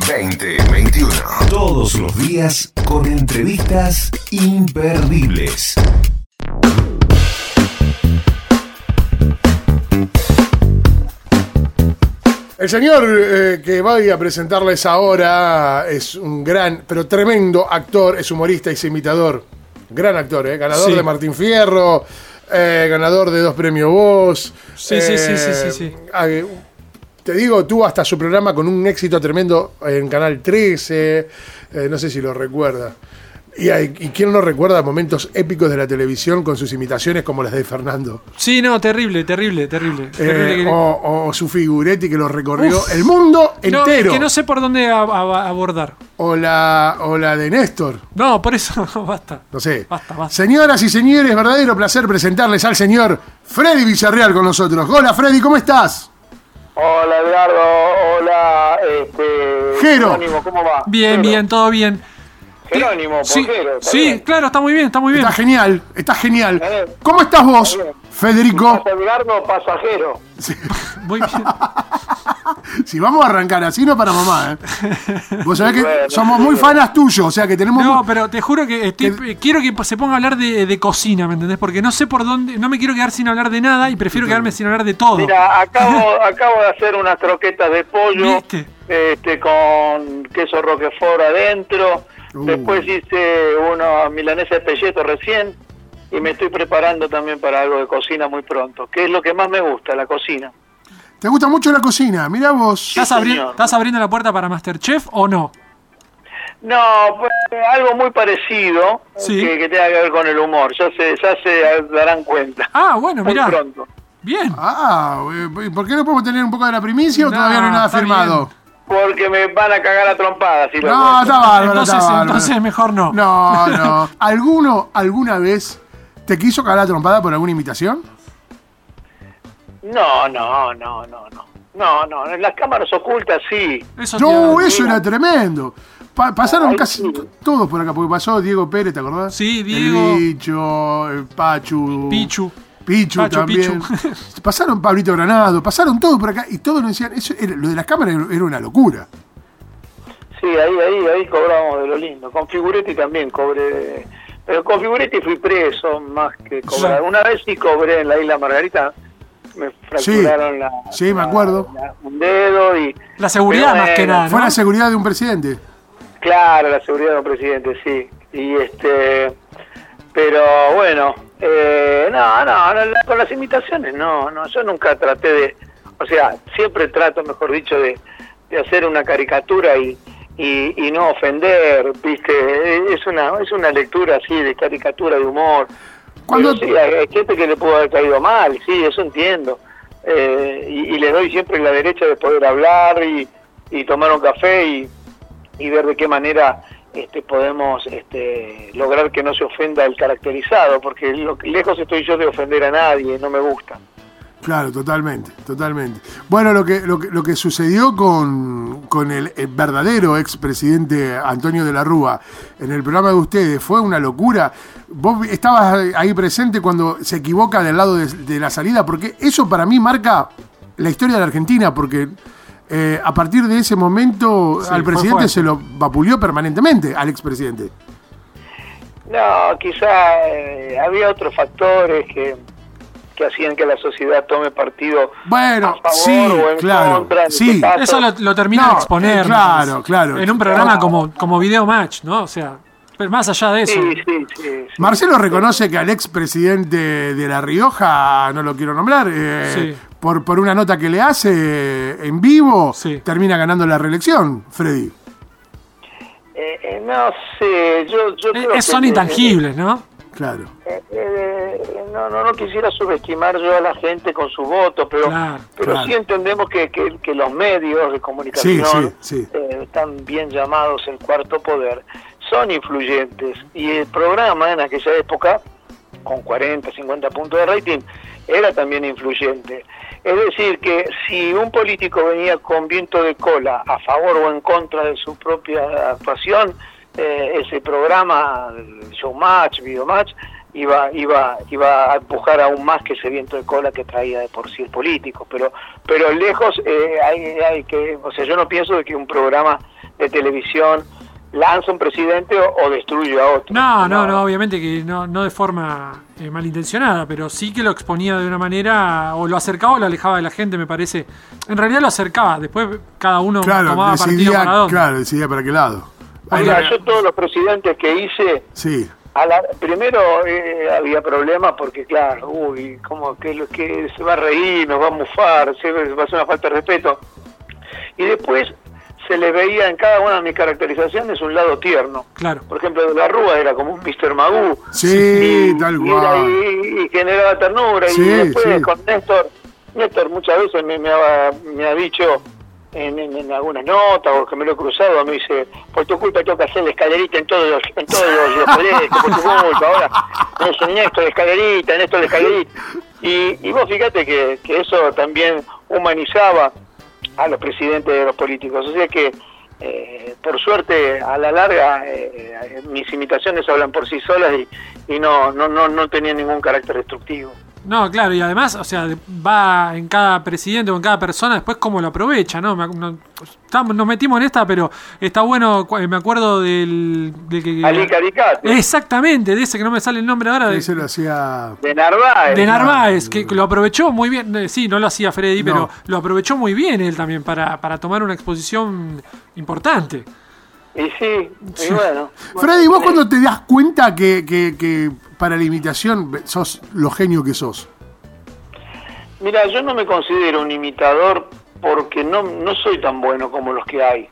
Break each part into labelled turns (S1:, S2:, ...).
S1: 2021. Todos los días con entrevistas imperdibles.
S2: El señor eh, que voy a presentarles ahora es un gran, pero tremendo actor, es humorista, es imitador. Gran actor, eh, ganador
S3: Sí.
S2: de Martín Fierro, eh, ganador de dos premios Voz.
S3: Sí, sí, sí, sí, sí, sí.
S2: ah, eh, Te digo, tuvo hasta su programa con un éxito tremendo en Canal 13, eh, no sé si lo recuerda. Y, hay- y quién no recuerda momentos épicos de la televisión con sus imitaciones como las de Fernando.
S3: Sí, no, terrible, terrible, terrible. terrible
S2: Eh,
S3: que-
S2: o, o su figuretti que lo recorrió
S3: Uf.
S2: el mundo
S3: No, es
S2: entero.
S3: que no sé por dónde a- a- abordar.
S2: o, la, o la de Néstor.
S3: No, por eso basta.
S2: No sé.
S3: Basta, basta.
S2: Señoras y señores, verdadero placer presentarles al señor Freddy Villarreal con nosotros. Hola Freddy, ¿cómo estás?
S4: Hola Edgardo, hola este,
S2: Jero.
S4: Jerónimo, ¿cómo va?
S3: Bien,
S4: Jero.
S3: bien, todo bien.
S4: Jerónimo, por
S3: Sí,
S4: Jero, está
S3: sí,
S4: bien.
S3: claro, está muy bien, está muy bien.
S2: Está genial, está genial.
S4: Eh.
S2: ¿Cómo estás vos,
S4: Bien.
S2: Federico?
S4: Pasa Edgardo pasajero.
S3: Muy bien.
S2: Si vamos a arrancar así, no para mamá, ¿eh? Vos sabés que
S4: Bueno,
S2: somos muy fanas tuyos, o sea que tenemos...
S3: No,
S2: mu-
S3: pero te juro que estoy, eh, quiero que se ponga a hablar de, de cocina, ¿me entendés? Porque no sé por dónde, no me quiero quedar sin hablar de nada y prefiero quedarme sin hablar de todo.
S4: Mira, acabo, acabo de hacer unas croquetas de pollo
S3: ¿Viste?
S4: este, con queso roquefort adentro.
S2: Uh.
S4: Después hice unos milaneses de pelleto recién. Y me estoy preparando también para algo de cocina muy pronto, que es lo que más me gusta, la cocina.
S2: Te gusta mucho la cocina, mirá vos.
S3: ¿Estás, abri-
S4: señor.
S3: estás abriendo la puerta para Masterchef o no?
S4: No, pues, algo muy parecido
S3: Sí.
S4: que, que tenga que ver con el humor. Ya se, ya se darán cuenta.
S3: Ah, bueno,
S4: Muy
S3: mirá.
S4: pronto.
S3: Bien.
S2: Ah, eh, ¿por qué no podemos tener un poco de la primicia o
S3: No,
S2: todavía no hay nada
S3: está
S2: firmado?
S3: bien.
S4: Porque me van a cagar a trompadas. Si lo
S2: No,
S4: cuento.
S2: está bárbaro,
S3: Entonces,
S2: está bárbaro.
S3: entonces mejor no.
S2: No, no. ¿Alguno alguna vez te quiso cagar la trompada por alguna imitación?
S4: no, no, no, no, no. No, no, en las cámaras ocultas sí.
S3: Eso
S2: No,
S3: te-
S2: eso era tremendo. Pa- pasaron
S4: Ay,
S2: casi
S4: sí.
S2: t- todos por acá, porque pasó Diego Pérez, ¿te acordás?
S3: Sí, Diego.
S2: El bicho, el Pachu.
S3: Pichu.
S2: Pichu
S3: Pachu,
S2: también.
S3: Pichu.
S2: pasaron Pablito Granado, pasaron todos por acá y todos nos decían, eso era- lo de las cámaras era una locura.
S4: Sí, ahí, ahí, ahí cobramos de lo lindo. Con Figuretti también cobré. Pero con Figuretti fui preso más que cobrar.
S3: Sí.
S4: Una vez sí cobré en la isla Margarita. Me fracturaron la,
S2: sí, me
S4: la-
S2: acuerdo.
S4: la- un dedo y.
S3: La seguridad
S4: Pero
S3: más que
S4: bueno,
S3: nada.
S2: Fue
S3: Ah, ¿no?
S2: la seguridad de un presidente.
S4: Claro, la seguridad del presidente, sí. Y este, pero bueno, eh, no, no, no, la- con las imitaciones, no, no, yo nunca traté de, o sea, siempre trato, mejor dicho, de, de hacer una caricatura y, y, y no ofender, viste, Eh, es una, es una lectura así de caricatura de humor.
S2: Cuando-
S4: Pero sí, hay, hay gente que le pudo haber caído mal, sí, eso entiendo. Eh, y, y les doy siempre la derecha de poder hablar y, y tomar un café y, y ver de qué manera este, podemos este, lograr que no se ofenda el caracterizado, porque lo- lejos estoy yo de ofender a nadie, no me gusta.
S2: Claro, totalmente, totalmente. Bueno, lo que, lo que, lo que sucedió con, con el, el verdadero expresidente Antonio de la Rúa en el programa de ustedes fue una locura. Vos estabas ahí presente cuando se equivoca del lado de, de la salida, porque eso para mí marca la historia de la Argentina, porque eh, a partir de ese momento
S3: Sí,
S2: al
S3: fue
S2: presidente
S3: fuerte.
S2: se lo vapuleó permanentemente, al expresidente.
S4: No, quizá eh, había otros factores que, que hacían que la sociedad tome partido
S2: Bueno,
S4: a favor
S2: sí,
S4: o en
S2: claro,
S4: contra. en
S2: sí.
S4: este caso.
S3: Eso lo, lo termina
S2: No,
S3: de exponer.
S2: eh, claro,
S3: ¿no?
S2: claro.
S3: En un programa
S4: No.
S3: como, como Video Match, ¿no? O sea, pero más allá de eso. eh,
S4: Sí, sí, sí, sí.
S2: Marcelo reconoce que al expresidente de La Rioja, no lo quiero nombrar, eh,
S3: Sí.
S2: por, por una nota que le hace eh, en vivo,
S3: Sí.
S2: termina ganando la reelección, Freddy.
S4: Eh, eh, no sé, yo, yo creo
S3: Eh, eh, son
S4: que-
S3: intangibles, ¿no?
S2: Claro.
S4: Eh, eh, no, no, no quisiera subestimar yo a la gente con su voto, pero,
S3: Claro,
S4: pero
S2: claro.
S4: sí entendemos que, que- que los medios de comunicación,
S2: Sí, sí, sí.
S4: eh, están bien llamados el cuarto poder, son influyentes. Y el programa en aquella época, con 40, 50 puntos de rating, era también influyente. Es decir, que si un político venía con viento de cola a favor o en contra de su propia actuación, eh, ese programa, el Showmatch, Videomatch, iba, iba, iba a empujar aún más que ese viento de cola que traía de por sí el político. Pero, pero lejos eh, hay, hay que, o sea, yo no pienso de que un programa de televisión lanza un presidente o, o destruye a otro.
S3: No, no, no, obviamente que no, no de forma eh, malintencionada, pero sí que lo exponía de una manera, o lo acercaba o lo alejaba de la gente, me parece. En realidad lo acercaba, después cada uno
S2: Claro,
S3: tomaba partido para
S2: decidía,
S3: dónde.
S2: claro, decidía para qué lado.
S4: O
S2: Ahí
S4: sea,
S2: la-
S4: yo todos los presidentes que hice,
S2: sí,
S4: a la- primero eh, había problemas porque, claro, uy, ¿cómo, que lo que se va a reír, nos va a mufar, se va a hacer una falta de respeto. Y después se le veía en cada una de mis caracterizaciones un lado tierno.
S3: Claro.
S4: Por ejemplo, de la Rúa era como un Mr. Magoo.
S2: sí, tal
S4: y era
S2: cual.
S4: ahí, y generaba ternura.
S2: Sí,
S4: y después
S2: sí.
S4: con Néstor, Néstor muchas veces me, me ha, me ha dicho en, en- en algunas notas o que me lo he cruzado, me dice, por tu culpa tengo que hacer la escalerita en todos los, en todos los, los colegios, por tu culpa, ahora me dice Néstor la escalerita, Néstor la escalerita. Y, y vos fíjate que, que eso también humanizaba a los presidentes de los políticos. O sea que, eh, por suerte, a la larga, eh, eh, mis imitaciones hablan por sí solas y, y no, no, no, no tenían ningún carácter destructivo.
S3: No, claro, y además, o sea, de- va en cada presidente o en cada persona después cómo lo aprovecha, ¿no? Me ac- no- estamos- nos metimos en esta, pero está bueno, cu- eh, me acuerdo del... del que,
S4: Ali Caricate,
S3: Exactamente, de ese que no me sale el nombre ahora, de,
S2: Ese lo hacía.
S4: de Narváez.
S3: de Narváez, que lo aprovechó muy bien, eh, sí, no lo hacía Freddy,
S2: No.
S3: pero lo aprovechó muy bien él también para, para tomar una exposición importante.
S4: Y sí, y bueno.
S2: Freddy, ¿vos
S4: Bueno,
S2: cuando te das cuenta que, que- que para la imitación sos lo genio que sos?
S4: Mira, yo no me considero un imitador porque no, no soy tan bueno como los que hay.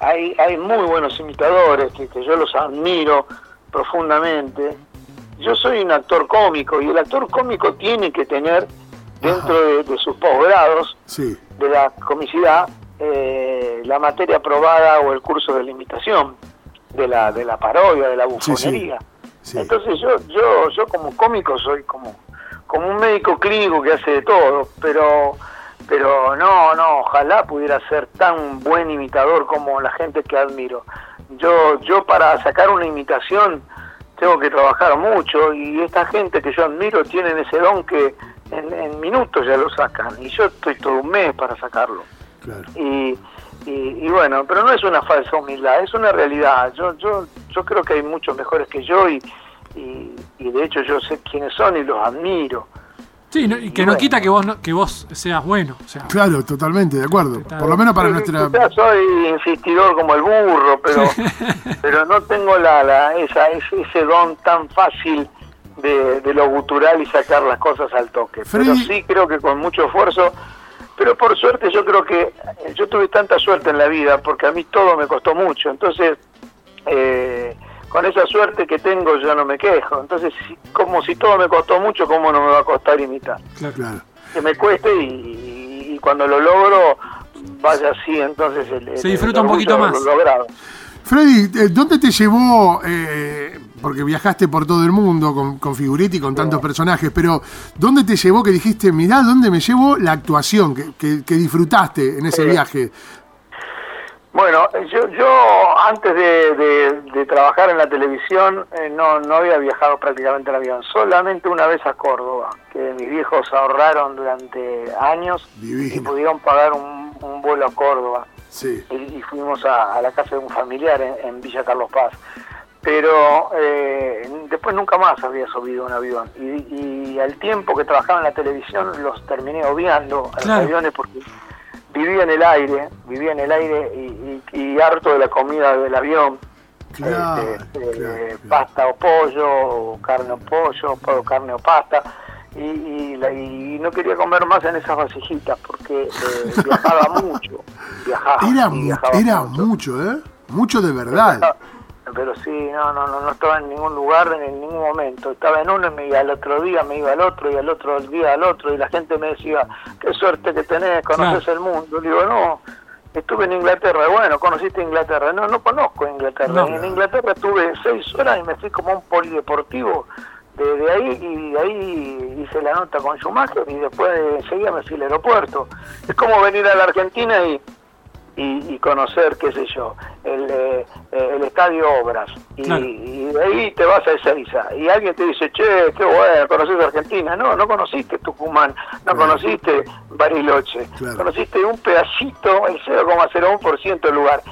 S4: Hay, hay muy buenos imitadores que, que yo los admiro profundamente. Yo soy un actor cómico y el actor cómico tiene que tener dentro de, de sus posgrados
S2: Sí,
S4: de la comicidad eh, la materia aprobada o el curso de la imitación, de la, de la parodia, de la
S2: Sí, sí.
S4: bufonería.
S2: sí.
S4: Entonces yo, yo, yo como cómico soy como, como un médico clínico que hace de todo, pero, pero no, no, ojalá pudiera ser tan buen imitador como la gente que admiro. Yo, yo para sacar una imitación tengo que trabajar mucho y esta gente que yo admiro tienen ese don que en, en minutos ya lo sacan y yo estoy todo un mes para sacarlo
S2: Claro.
S4: y, y- y bueno, pero no es una falsa humildad, es una realidad. Yo, yo, yo creo que hay muchos mejores que yo y, y, y de hecho yo sé quiénes son y los admiro.
S3: Sí, no- y que no
S4: Bueno.
S3: quita que vos, no- que vos seas bueno, o sea,
S2: Claro, totalmente, de acuerdo. Por lo menos para
S4: Sí,
S2: nuestra.
S4: quizás soy insistidor como el burro, pero, pero no tengo la, la- esa, ese, ese don tan fácil de, de lo gutural y sacar las cosas al toque. Pero
S2: Freddy-
S4: sí creo que con mucho esfuerzo, pero por suerte yo creo que eh, yo tuve tanta suerte en la vida porque a mí todo me costó mucho. Entonces, eh, con esa suerte que tengo yo no me quejo. Entonces, si- como si todo me costó mucho, ¿cómo no me va a costar imitar?
S3: claro.
S2: Claro.
S4: que me cueste y, y- y cuando lo logro vaya así entonces el- el-
S3: Se disfruta
S4: el
S3: un poquito
S4: orgullo
S3: más.
S4: de lo logrado.
S2: Freddy, eh, ¿dónde te llevó? eh, porque viajaste por todo el mundo con, con Figuretti, con tantos personajes, pero ¿dónde te llevó que dijiste, mirá, ¿dónde me llevó la actuación que, que- que disfrutaste en ese
S4: Sí.
S2: viaje?
S4: Bueno, eh, yo, yo antes de, de- de trabajar en la televisión eh, no, no había viajado prácticamente en avión, solamente una vez a Córdoba, que mis viejos ahorraron durante años y
S2: Divino.
S4: pudieron pagar un, un vuelo a Córdoba.
S2: Sí,
S4: y, y fuimos a, a la casa de un familiar en, en Villa Carlos Paz. Pero eh, después nunca más había subido a un avión. Y, y al tiempo que trabajaba en la televisión los terminé obviando a
S3: Claro.
S4: los aviones porque vivía en el aire, vivía en el aire y, y- y harto de la comida del avión.
S2: claro.
S4: Este,
S2: claro,
S4: eh,
S2: claro.
S4: pasta o pollo, o carne o pollo, o carne o pasta. Y, y la- y no quería comer más en esas vasijitas porque eh, viajaba mucho. Viajaba,
S2: Era,
S4: y
S2: mu-
S4: viajaba
S2: era mucho, ¿eh? Mucho de
S4: Ah,
S2: verdad.
S4: Pero sí, no, no, no, no estaba en ningún lugar en ningún momento. Estaba en uno y me iba al otro día, me iba al otro y al otro día al otro. Y la gente me decía, qué suerte que tenés, conoces el mundo. Digo, no, estuve en Inglaterra. Bueno, conociste Inglaterra. No, no conozco Inglaterra.
S3: No.
S4: En Inglaterra estuve seis horas y me fui como a un polideportivo. Desde ahí y de ahí hice la nota con Schumacher y después de- enseguida me fui al aeropuerto. Es como venir a la Argentina y y, y conocer, qué sé yo, el, eh, eh, el estadio Obras. Y,
S3: Claro.
S4: y de ahí te vas a Ezeiza. Y alguien te dice, che, qué bueno, conoces Argentina. No, no conociste Tucumán, no conociste Bariloche.
S2: Claro.
S4: Conociste un pedacito, el 0,01% del lugar.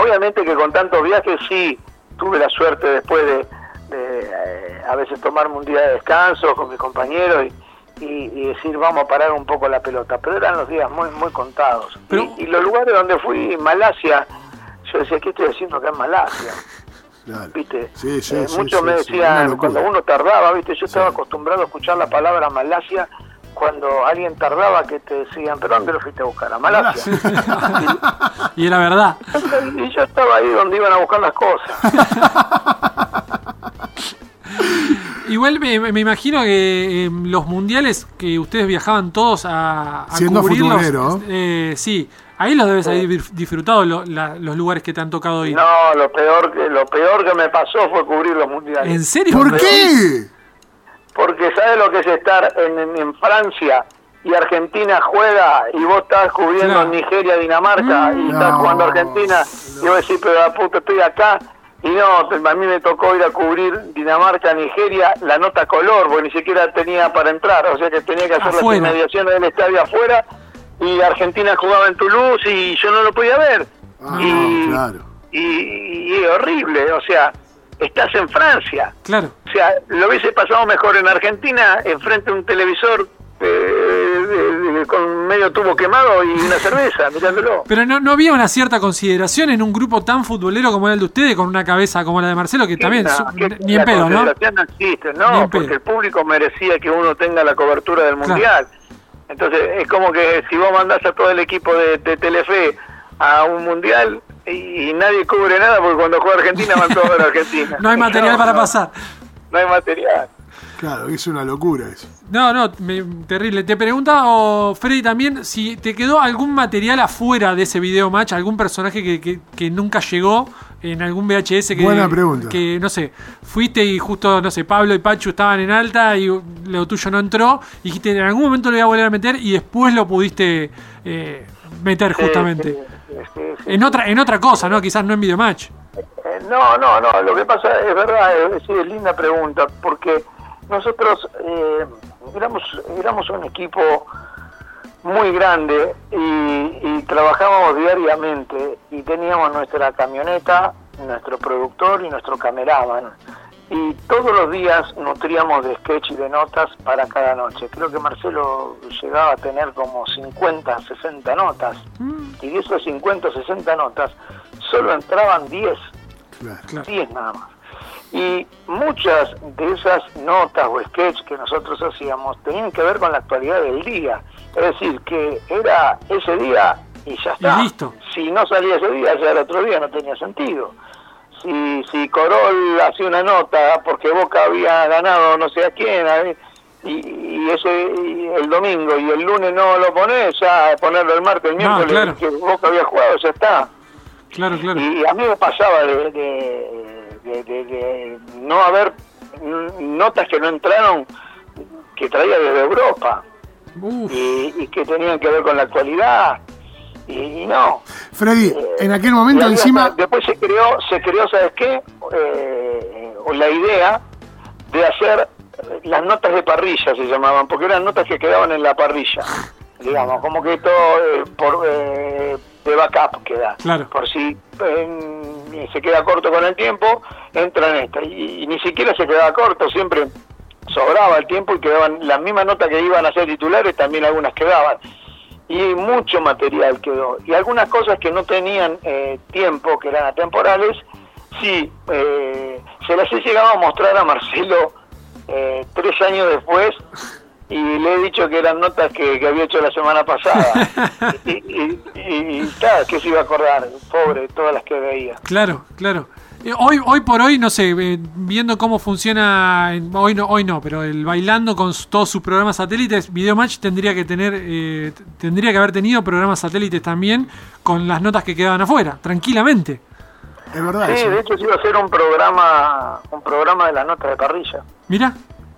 S4: Obviamente que con tantos viajes sí tuve la suerte después de, de eh, a veces tomarme un día de descanso con mis compañeros y, y- y decir vamos a parar un poco la pelota, pero eran los días muy muy contados.
S3: Pero-
S4: y, y los lugares donde fui, Malasia, yo decía, ¿qué estoy haciendo acá en Malasia?
S2: Claro.
S4: ¿Viste?
S2: Sí, sí,
S4: Eh,
S2: sí,
S4: muchos
S2: sí,
S4: me
S2: sí, una
S4: decían,
S2: locura.
S4: cuando uno tardaba, ¿viste? Yo estaba acostumbrado a escuchar la palabra Malasia cuando alguien tardaba que te decían, ¿pero dónde lo fuiste a buscar? A Malasia.
S3: Y era verdad.
S2: Ah,
S4: Y yo estaba ahí donde iban a buscar las cosas.
S3: Igual me, me imagino que eh, los mundiales que ustedes viajaban todos a, a
S2: Siendo
S3: cubrirlos,
S2: futbolero.
S3: eh, sí, ahí los debes haber disfrutado lo- la- los lugares que te han tocado ir.
S4: No, lo peor, que, lo peor que me pasó fue cubrir los mundiales.
S3: ¿En serio?
S2: ¿Por qué?
S4: Porque ¿sabes lo que es estar en, en- en Francia y Argentina juega y vos estás cubriendo
S3: Claro. Mm.
S4: Nigeria, Dinamarca y estás
S2: no,
S4: jugando Argentina? Y vos decís, pero la puta, estoy acá. Y no, te- a mí me tocó ir a cubrir Dinamarca, Nigeria, la nota color, porque ni siquiera tenía para entrar, o sea que tenía que hacer
S3: Afuera.
S4: las inmediaciones del estadio afuera. Y Argentina jugaba en Toulouse y yo no lo podía ver.
S2: Ah,
S4: y,
S2: no, claro.
S4: y- y es horrible, o sea, estás en Francia.
S3: Claro.
S4: O sea, lo hubiese pasado mejor en Argentina, enfrente de un televisor eh, de- de- con medio tubo quemado y una cerveza, mirándolo.
S3: Pero no, no había una cierta consideración en un grupo tan futbolero como era el de ustedes, con una cabeza como la de Marcelo, que también
S4: No,
S3: su-
S4: que
S3: ni en
S4: la
S3: pedo, ¿no?
S4: consideración no existe,
S3: Ni
S4: no,
S3: en pedo.
S4: porque el público merecía que uno tenga la cobertura del Mundial. Entonces, es como que si vos mandás a todo el equipo de, de Telefe a un Mundial y, y nadie cubre nada, porque cuando juega Argentina van todos a ver a Argentina.
S3: No hay material para
S4: no,
S3: pasar.
S4: No hay material.
S2: Claro, es una locura eso.
S3: No, no, me- terrible. Te pregunta, o Freddy, también si te quedó algún material afuera de ese video match, algún personaje que, que- que nunca llegó en algún VHS que,
S2: Buena pregunta.
S3: que, no sé, fuiste y justo, no sé, Pablo y Pachu estaban en alta y lo tuyo no entró, y dijiste, en algún momento lo voy a volver a meter y después lo pudiste eh, meter
S4: Sí,
S3: justamente.
S4: sí, sí, sí.
S3: En otra, en otra cosa, ¿no? Quizás no en video match.
S4: Eh, No, no, no, lo que pasa es verdad, es, sí, es linda pregunta, porque nosotros eh, éramos, éramos un equipo muy grande y, y trabajábamos diariamente y teníamos nuestra camioneta, nuestro productor y nuestro cameraman. Y todos los días nutríamos de sketch y de notas para cada noche. Creo que Marcelo llegaba a tener como 50, 60 notas. Y de esas 50, 60 notas, solo entraban 10
S2: Claro.
S3: Claro.
S4: 10 nada más. Y muchas de esas notas o sketch que nosotros hacíamos tenían que ver con la actualidad del día. Es decir, que era ese día y ya está.
S3: Y listo.
S4: Si no salía ese día, ya el otro día no tenía sentido. Si, si Corol hacía una nota porque Boca había ganado no sé a quién, a ver, y, y ese y el domingo y el lunes no lo ponés, ya ponerlo el martes, el miércoles,
S3: claro.
S4: que Boca había jugado, ya está.
S3: Claro, claro.
S4: Y a mí me pasaba de, de- de- de- de no haber n- notas que no entraron que traía desde Europa
S3: Uf.
S4: y, y que tenían que ver con la actualidad y, y no.
S2: Freddy, en aquel
S4: Eh, Y
S2: momento
S4: había-
S2: encima.
S4: Después se creó, se creó, ¿sabes qué? Eh, o la idea de hacer las notas de parrilla se llamaban, porque eran notas que quedaban en la parrilla, digamos, como que esto eh, por, eh, de backup queda.
S3: Claro.
S4: Por si eh, se queda corto con el tiempo, entra en esta. Y, y ni siquiera se quedaba corto, siempre sobraba el tiempo y quedaban las mismas notas que iban a ser titulares, también algunas quedaban y mucho material quedó. Y algunas cosas que no tenían eh, tiempo, que eran atemporales, sí, eh, se las he llegado a mostrar a Marcelo eh, tres años después y le he dicho que eran notas que, que había hecho la semana pasada. y, y, y- y, claro, que se iba a acordar, pobre, todas las que veía.
S3: Claro, claro. Eh, Hoy, hoy por hoy, no sé, eh, viendo cómo funciona, eh, hoy no, hoy no, pero el bailando con s- todos sus programas satélites, Videomatch tendría que tener, eh, t- tendría que haber tenido programas satélites también con las notas que quedaban afuera, tranquilamente.
S2: Es verdad.
S4: Sí,
S2: eso.
S4: de hecho se iba a hacer un programa, un programa de las notas de parrilla.
S3: Mirá,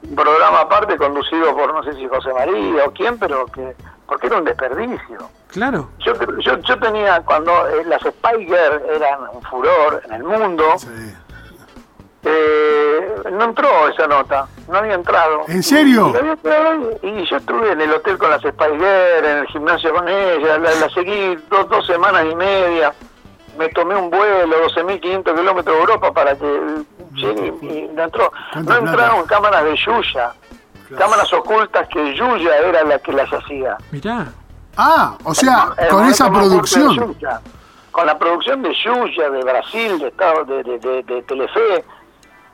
S4: un programa aparte conducido por no sé si José María o quién, pero que porque era un desperdicio.
S3: claro.
S4: Yo, cre- yo, yo tenía, cuando eh, las Spiker eran un furor en el mundo,
S2: Sí.
S4: eh, no entró esa nota, no había entrado.
S2: ¿En serio?
S4: Y, había entrado y- y yo estuve en el hotel con las Spiker, en el gimnasio con ella, la, la seguí dos, dos semanas y media. me tomé un vuelo de los 12.500 kilómetros de Europa para que llegue y, y no entró. No
S2: ¿Cuánta
S4: entraron cámaras de Yuya, cámaras ocultas que Yuya era la que las hacía.
S3: Mirá.
S2: Ah, o sea,
S4: Eh,
S2: con
S4: bueno,
S2: esa
S4: como corte de
S2: producción.
S4: Yuya. con la producción de Yuya, de Brasil, de, Estado- de, de, de- de Telefe.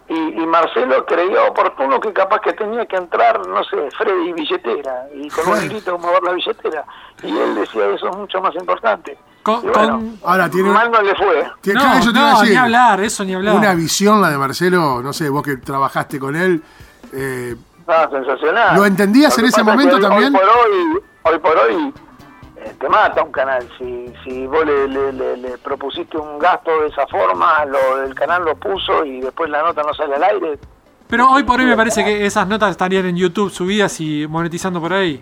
S4: Y, y Marcelo creyó oportuno que capaz que tenía que entrar, no sé, Freddy Billetera, y con un grito mover la billetera. Y él decía, eso es mucho más importante.
S3: Con-
S4: Y bueno,
S3: con-
S2: Ahora tiene
S4: mal no le fue.
S2: tiene-
S3: No,
S2: claro, eso te iba a
S3: no, ni
S2: decir.
S3: hablar, eso ni hablar.
S2: Una visión la de Marcelo, no sé, vos que trabajaste con él. eh,
S4: No, Ah, sensacional.
S2: ¿Lo entendías en
S4: que
S2: ese
S4: pasa es que
S2: momento
S4: hoy-
S2: también?
S4: Hoy por hoy, hoy por hoy eh, te mata un canal. Si, si vos le, le- le- le propusiste un gasto de esa forma, lo, el canal lo puso y después la nota no sale al aire.
S3: Pero hoy por hoy me parece que esas notas estarían en YouTube subidas y monetizando por ahí.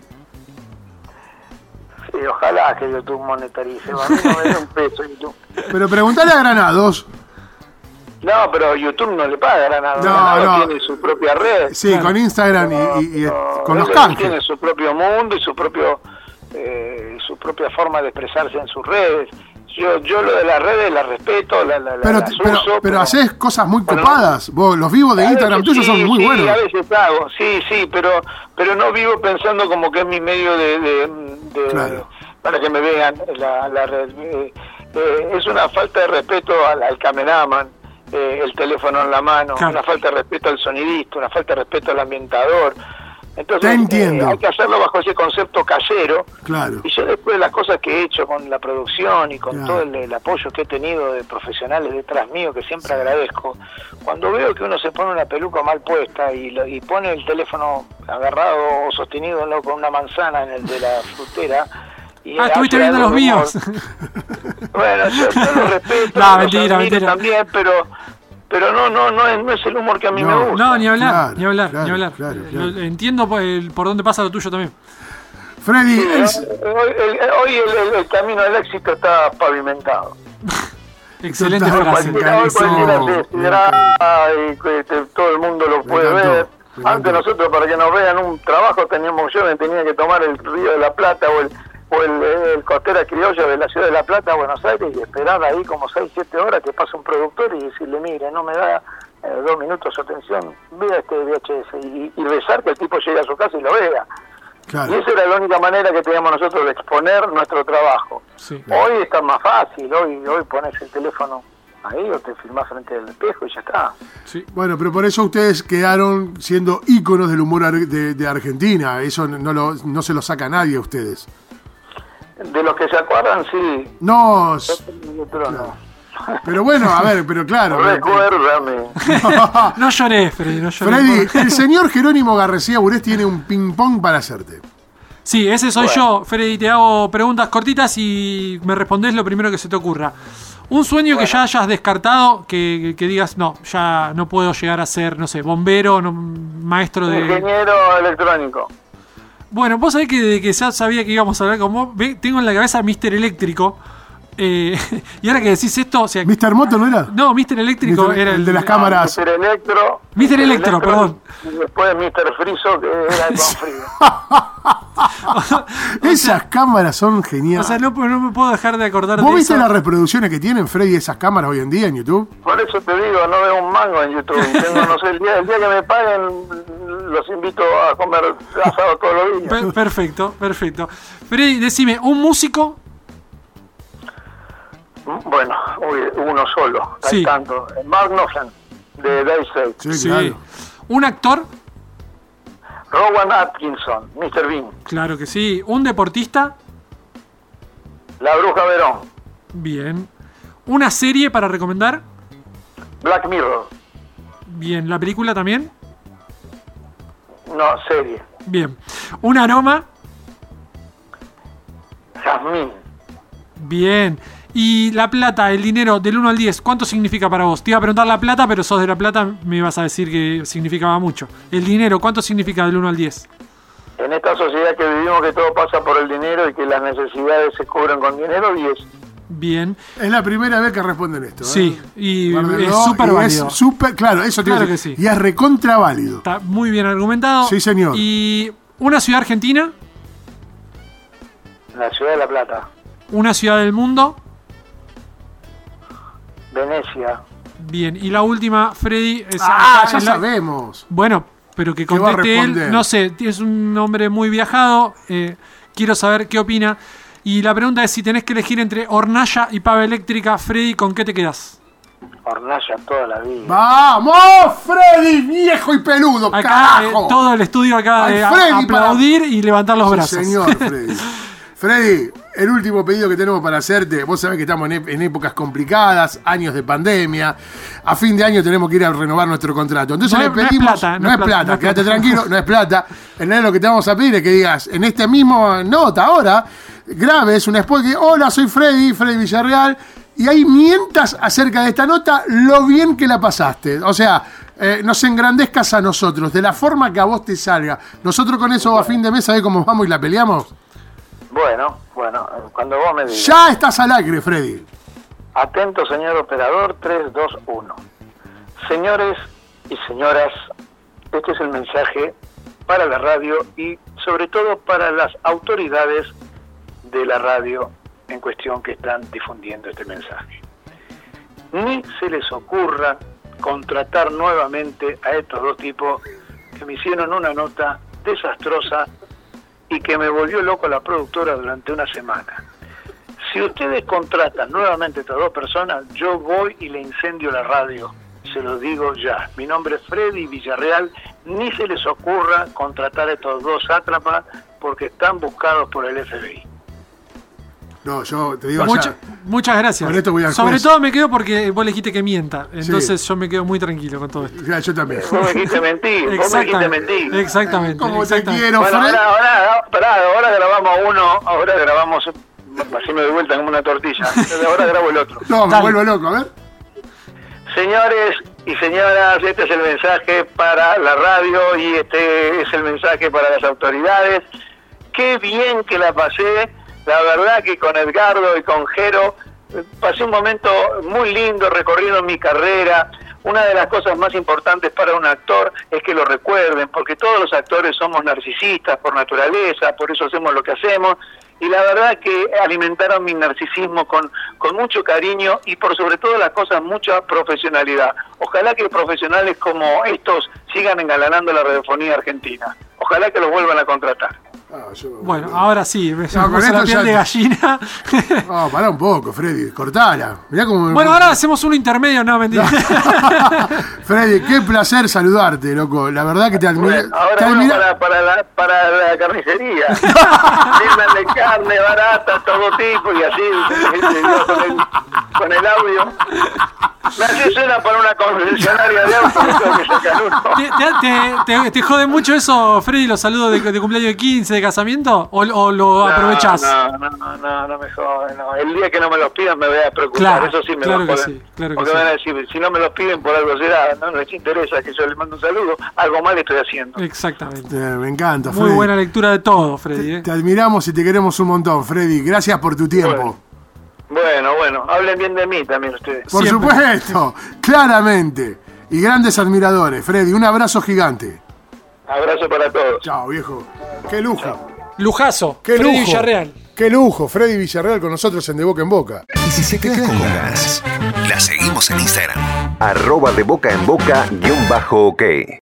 S4: Sí, eh, ojalá que YouTube monetarice. A mí no me da un peso YouTube.
S2: pero preguntale a Granados.
S4: No, pero YouTube no le paga a nada.
S2: No,
S4: Granado
S2: no.
S4: tiene su propia red.
S2: Sí, con Instagram y, y- y, eh, con los
S4: Él
S2: canjes.
S4: Tiene su propio mundo y su propio eh, su propia forma de expresarse en sus redes. Yo yo lo de las redes las respeto, la, la- la-
S2: Pero,
S4: las
S2: te- pero,
S4: uso,
S2: pero haces cosas muy
S4: Bueno.
S2: copadas. Vos, los vivos de
S4: A
S2: Instagram
S4: veces
S2: tuyos
S4: sí,
S2: son muy
S4: sí,
S2: buenos.
S4: A veces hago, sí, sí, pero pero no vivo pensando como que es mi medio de, de- de-
S2: Claro.
S4: para que me vean la, la red. Eh, eh, es una falta de respeto al, al cameraman, eh, el teléfono en la mano,
S3: Claro.
S4: una falta de respeto al sonidista, una falta de respeto al ambientador. Entonces,
S2: Te entiendo.
S4: eh, hay que hacerlo bajo ese concepto callero.
S2: Claro.
S4: Y yo después de las cosas que he hecho con la producción y con
S2: Claro.
S4: todo el, el apoyo que he tenido de profesionales detrás mío, que siempre agradezco, cuando veo que uno se pone una peluca mal puesta y, lo- y pone el teléfono agarrado o sostenido ¿no? con una manzana en el de la frutera... Y
S3: Ah, estuviste
S4: hace
S3: viendo los
S4: algo como-
S3: míos.
S4: Bueno, yo, yo lo respeto,
S3: No,
S4: los
S3: mentira,
S4: admiro
S3: mentira.
S4: también, pero pero no, no, no es, no es el humor que a mí
S2: No.
S4: me gusta.
S3: No, ni hablar,
S2: Claro,
S3: ni hablar,
S2: claro,
S3: ni hablar.
S2: claro,
S3: Eh,
S2: claro.
S3: lo- Entiendo por, el- por dónde pasa lo tuyo también.
S2: Freddy, es-
S4: Hoy, el, hoy el- el- el camino del éxito está pavimentado.
S3: Excelente
S2: Total,
S3: frase.
S2: Juan.
S4: Cualquiera, hoy
S2: Eso,
S4: cualquiera se
S2: bien,
S4: desgraba y que te- todo el mundo lo puede
S2: encantó,
S4: ver.
S2: me
S4: Antes
S2: encantó.
S4: nosotros para que nos vean un trabajo teníamos yo me tenía que tomar el río de la Plata o el o el, eh, el costera criollo de la ciudad de la Plata a Buenos Aires y esperar ahí como 6, 7 horas que pase un productor y decirle mire no me da eh, dos minutos su atención vea este VHS y, y rezar que el tipo llegue a su casa y lo vea y
S2: claro,
S4: esa era la única manera que teníamos nosotros de exponer nuestro trabajo
S3: Sí.
S4: Hoy está más fácil, hoy, hoy pones el teléfono ahí o te filmás frente al espejo y ya está.
S3: sí.
S2: Bueno, pero por eso ustedes quedaron siendo íconos del humor ar- de, de Argentina. Eso no, lo- no se lo saca nadie a ustedes.
S4: De los que se acuerdan, sí,
S2: No, s-
S4: pero no.
S2: pero bueno, a ver, pero claro. pero-
S4: Recuérdame.
S3: No lloré, Freddy, no lloré.
S2: Freddy, el señor Jerónimo García Burés tiene un ping-pong para hacerte.
S3: Sí, ese soy
S4: Bueno.
S3: yo. Freddy, te hago preguntas cortitas y me respondés lo primero que se te ocurra. Un sueño que ya hayas descartado, que, que- que digas, no, ya no puedo llegar a ser, no sé, bombero, no, maestro de...
S4: Ingeniero electrónico.
S3: Bueno, vos sabés que desde que ya sabía que íbamos a hablar con vos, ve- tengo en la cabeza Mister Eléctrico. eh, y ahora que decís esto, o sea...
S2: ¿Mr. Moto no era?
S3: No, Mister Eléctrico
S2: Mr.
S3: era el,
S2: el de las cámaras.
S4: Mr. Electro.
S3: Mr. Electro, perdón.
S4: Y después Mr. Friso, que era con frío.
S2: Esas cámaras son
S3: O
S2: geniales.
S3: sea, no, no me puedo dejar de acordar
S2: ¿Vos
S3: de
S2: viste
S3: eso.
S2: las reproducciones que tienen Freddy esas cámaras hoy en día en YouTube?
S4: Por eso te digo, no veo un mango en YouTube. Y Tengo, no sé, el día, el día que me paguen, los invito a comer asado todos los días.
S3: Per- perfecto, perfecto. Freddy, decime, un músico
S4: Bueno, uy, uno solo, hay
S3: Sí.
S4: tanto. Mark Knopfler, de Dayside.
S3: Sí. Un actor,
S4: Rowan Atkinson, Mr. Bean,
S3: claro que sí. Un deportista,
S4: La Bruja Verón,
S3: bien. Una serie para recomendar,
S4: Black Mirror,
S3: bien. La película también,
S4: no, serie,
S3: bien. Un aroma,
S4: Jazmín,
S3: bien. Y la plata, el dinero del 1 al 10, ¿cuánto significa para vos? Te iba a preguntar la plata, pero sos de la plata, me ibas a decir que significaba mucho. El dinero, ¿cuánto significa del 1 al 10?
S4: En esta sociedad que vivimos que todo pasa por el dinero y que las necesidades se cubren con dinero, 10.
S3: Bien.
S2: Es la primera vez que responden esto. ¿eh?
S3: Sí, y
S2: Guárdenlo,
S3: es súper
S2: y
S3: válido.
S2: Es súper, claro, eso te iba a
S3: Claro
S2: decir.
S3: que
S2: Y
S3: sí.
S2: es recontra válido.
S3: Está muy bien argumentado.
S2: Sí, señor.
S3: Y una ciudad argentina,
S4: en la ciudad de La Plata,
S3: una ciudad del mundo,
S4: Venecia.
S3: Bien, y la última, Freddy. es
S2: Ah,
S3: acá
S2: ya
S3: en la-
S2: sabemos.
S3: Bueno, pero que
S2: ¿Qué va a
S3: conteste
S2: responder?
S3: él. No sé, es un hombre muy viajado. eh, quiero saber qué opina. Y la pregunta es si tenés que elegir entre hornalla y pava eléctrica, Freddy, ¿con qué te quedás?
S4: Hornalla toda la vida.
S2: ¡Vamos, Freddy, viejo y peludo,
S3: Acá eh,
S2: ¡Oh, carajo!
S3: todo el estudio acaba
S2: Ay,
S3: de a-
S2: Freddy, para-
S3: aplaudir y levantar los
S2: Sí,
S3: brazos.
S2: Señor Freddy. Freddy, el último pedido que tenemos para hacerte, vos sabés que estamos en, ép- en épocas complicadas, años de pandemia, a fin de año tenemos que ir a renovar nuestro contrato. Entonces
S3: No
S2: le
S3: es- no es
S2: pedimos,
S3: plata,
S2: no es plata,
S3: no es
S2: quédate
S3: plata.
S2: tranquilo, no es plata. En realidad lo que te vamos a pedir es que digas, en este mismo nota ahora, grabes un spot que, hola, soy Freddy, Freddy Villarreal, y ahí mientas acerca de esta nota lo bien que la pasaste. O sea, eh, nos engrandezcas a nosotros, de la forma que a vos te salga. Nosotros con eso a fin de mes, ¿sabés cómo vamos y la peleamos?
S4: Bueno, bueno, eh, cuando vos me digas.
S2: Ya estás al aire, Freddy.
S4: Atento, señor operador, 321. Señores y señoras, este es el mensaje para la radio y sobre todo para las autoridades de la radio en cuestión que están difundiendo este mensaje. Ni se les ocurra contratar nuevamente a estos dos tipos que me hicieron una nota desastrosa y que me volvió loco la productora durante una semana. Si ustedes contratan nuevamente a estas dos personas, yo voy y le incendio la radio. Se los digo ya. Mi nombre es Freddy Villarreal. Ni se les ocurra contratar a estos dos sátrapas porque están buscados por el FBI.
S2: No, yo te digo
S3: Mucha-
S2: ya.
S3: muchas gracias.
S2: Con esto voy al
S3: Sobre
S2: juez.
S3: todo me quedo porque vos le dijiste que mienta. Entonces yo me quedo muy tranquilo con todo esto.
S2: ya, yo también.
S4: Vos me dijiste mentir, vos me dijiste mentir.
S3: Exactamente.
S2: Como te
S3: exactamente.
S2: quiero,
S4: Bueno,
S2: Freddy.
S4: ahora, ahora, pará, ahora grabamos uno, ahora grabamos, así me doy vuelta como una tortilla. Ahora grabo el otro.
S2: No, me
S3: Dale.
S2: vuelvo loco, a ver.
S4: Señores y señoras, este es el mensaje para la radio y este es el mensaje para las autoridades. Qué bien que la pasé. La verdad que con Edgardo y con Jero eh, pasé un momento muy lindo recorriendo mi carrera. Una de las cosas más importantes para un actor es que lo recuerden, porque todos los actores somos narcisistas por naturaleza, por eso hacemos lo que hacemos. Y la verdad que alimentaron mi narcisismo con, con mucho cariño y por sobre todo las cosas, mucha profesionalidad. Ojalá que profesionales como estos sigan engalanando la radiofonía argentina. Ojalá que los vuelvan a contratar.
S2: Ah, yo-
S3: Bueno, ahora sí, me
S2: No, con
S3: puso la
S2: esto ya
S3: piel de
S2: te-
S3: gallina.
S2: No, pará un poco, Freddy, cortala. Mirá cómo.
S3: bueno, ahora hacemos un intermedio, no, mentira.
S2: Freddy, qué placer saludarte, loco. La verdad que te admiro.
S4: Bueno, ahora uno para, para, la, para la carnicería. Vendan de carne barata, todo tipo, y así este, con el, con el audio. Me haces una para una concesionaria de autos, tengo que sacar uno.
S3: ¿Te, te, te- te- te jode mucho eso, Freddy, los saludos de, de cumpleaños de 15, de casamiento? ¿O, o lo aprovechás?
S4: No, no, no, no, no me jodas, no. El día que no me los pidan me voy a preocupar,
S3: Claro,
S4: eso sí me
S3: claro
S4: va a
S3: que
S4: joder.
S3: sí, claro que
S4: Porque
S3: sí.
S4: van a decir, si no me los piden por algo será, no, no les interesa que yo les mando un saludo, algo mal estoy haciendo.
S3: Exactamente.
S2: Eh, me encanta, Freddy.
S3: Muy buena lectura de todo, Freddy.
S2: Te,
S3: ¿eh?
S2: te admiramos y te queremos un montón, Freddy. Gracias por tu tiempo.
S4: Bueno, bueno, hablen bien de mí también ustedes.
S2: por
S3: siempre.
S2: supuesto, claramente. Y grandes admiradores, Freddy. Un abrazo gigante.
S4: Abrazo para todos.
S2: Chao, viejo. Qué lujo.
S3: Lujazo,
S2: Qué
S3: Freddy
S2: lujo.
S3: Villarreal.
S2: Qué lujo, Freddy Villarreal con nosotros en De Boca en Boca.
S1: Y si se queda con ganas, la seguimos en Instagram.
S5: Arroba de boca en boca guión bajo ok.